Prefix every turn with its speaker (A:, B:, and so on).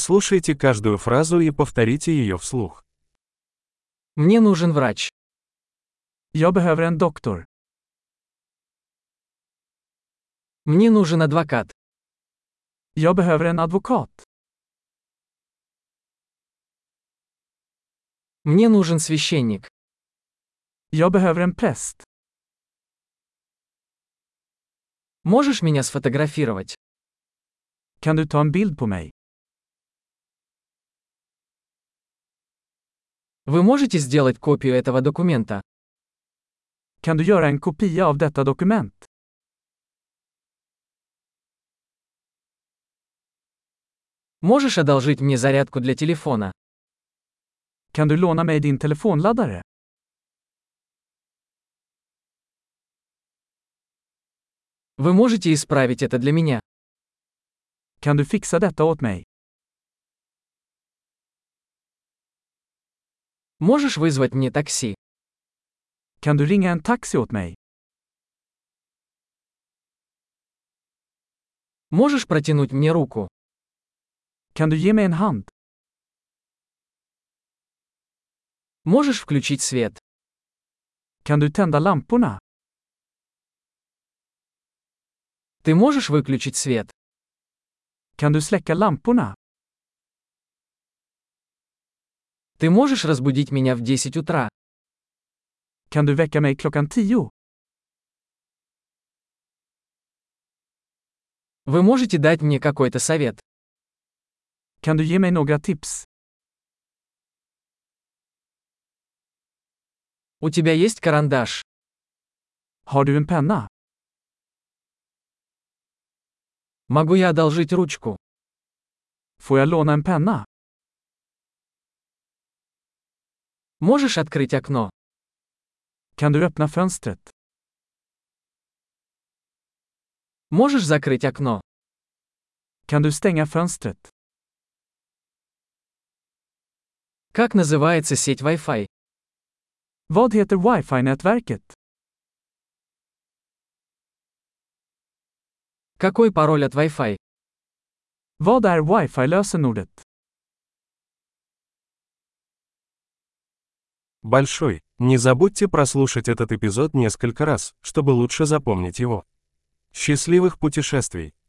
A: Прослушайте каждую фразу и повторите ее вслух.
B: Мне нужен врач.
C: Jag behöver en doktor.
B: Мне нужен адвокат.
C: Jag behöver en advokat.
B: Мне нужен священник.
C: Jag behöver en präst.
B: Можешь меня сфотографировать?
C: Kan du ta en bild på mig?
B: Вы можете сделать копию этого документа?
C: Kan du göra en kopia av detta dokument?
B: Можешь одолжить мне зарядку для телефона?
C: Kan du låna mig din telefonladdare?
B: Вы можете исправить это для меня?
C: Kan du fixa detta åt mig?
B: Можешь вызвать мне такси?
C: Kan du ringa en taxi åt mig?
B: Можешь протянуть мне руку?
C: Kan du ge mig en hand?
B: Можешь включить свет?
C: Kan du tända lamporna?
B: Ты можешь выключить свет?
C: Kan du släcka lamporna?
B: Ты можешь разбудить меня в 10 утра?
C: Kan du väcka mig klockan 10?
B: Вы можете дать мне какой-то совет?
C: Kan du ge mig några tips?
B: У тебя есть карандаш?
C: Har du en penna?
B: Могу я одолжить ручку?
C: Får jag låna en penna?
B: Можешь открыть окно?
C: Kan du öppna fönstret?
B: Можешь закрыть окно?
C: Kan du stänga fönstret?
B: Как называется сеть Wi-Fi?
C: Vad heter wifi-nätverket?
B: Какой пароль от Wi-Fi?
C: Vad är wifi-lösenordet?
A: Большой. Не забудьте прослушать этот эпизод несколько раз, чтобы лучше запомнить его. Счастливых путешествий!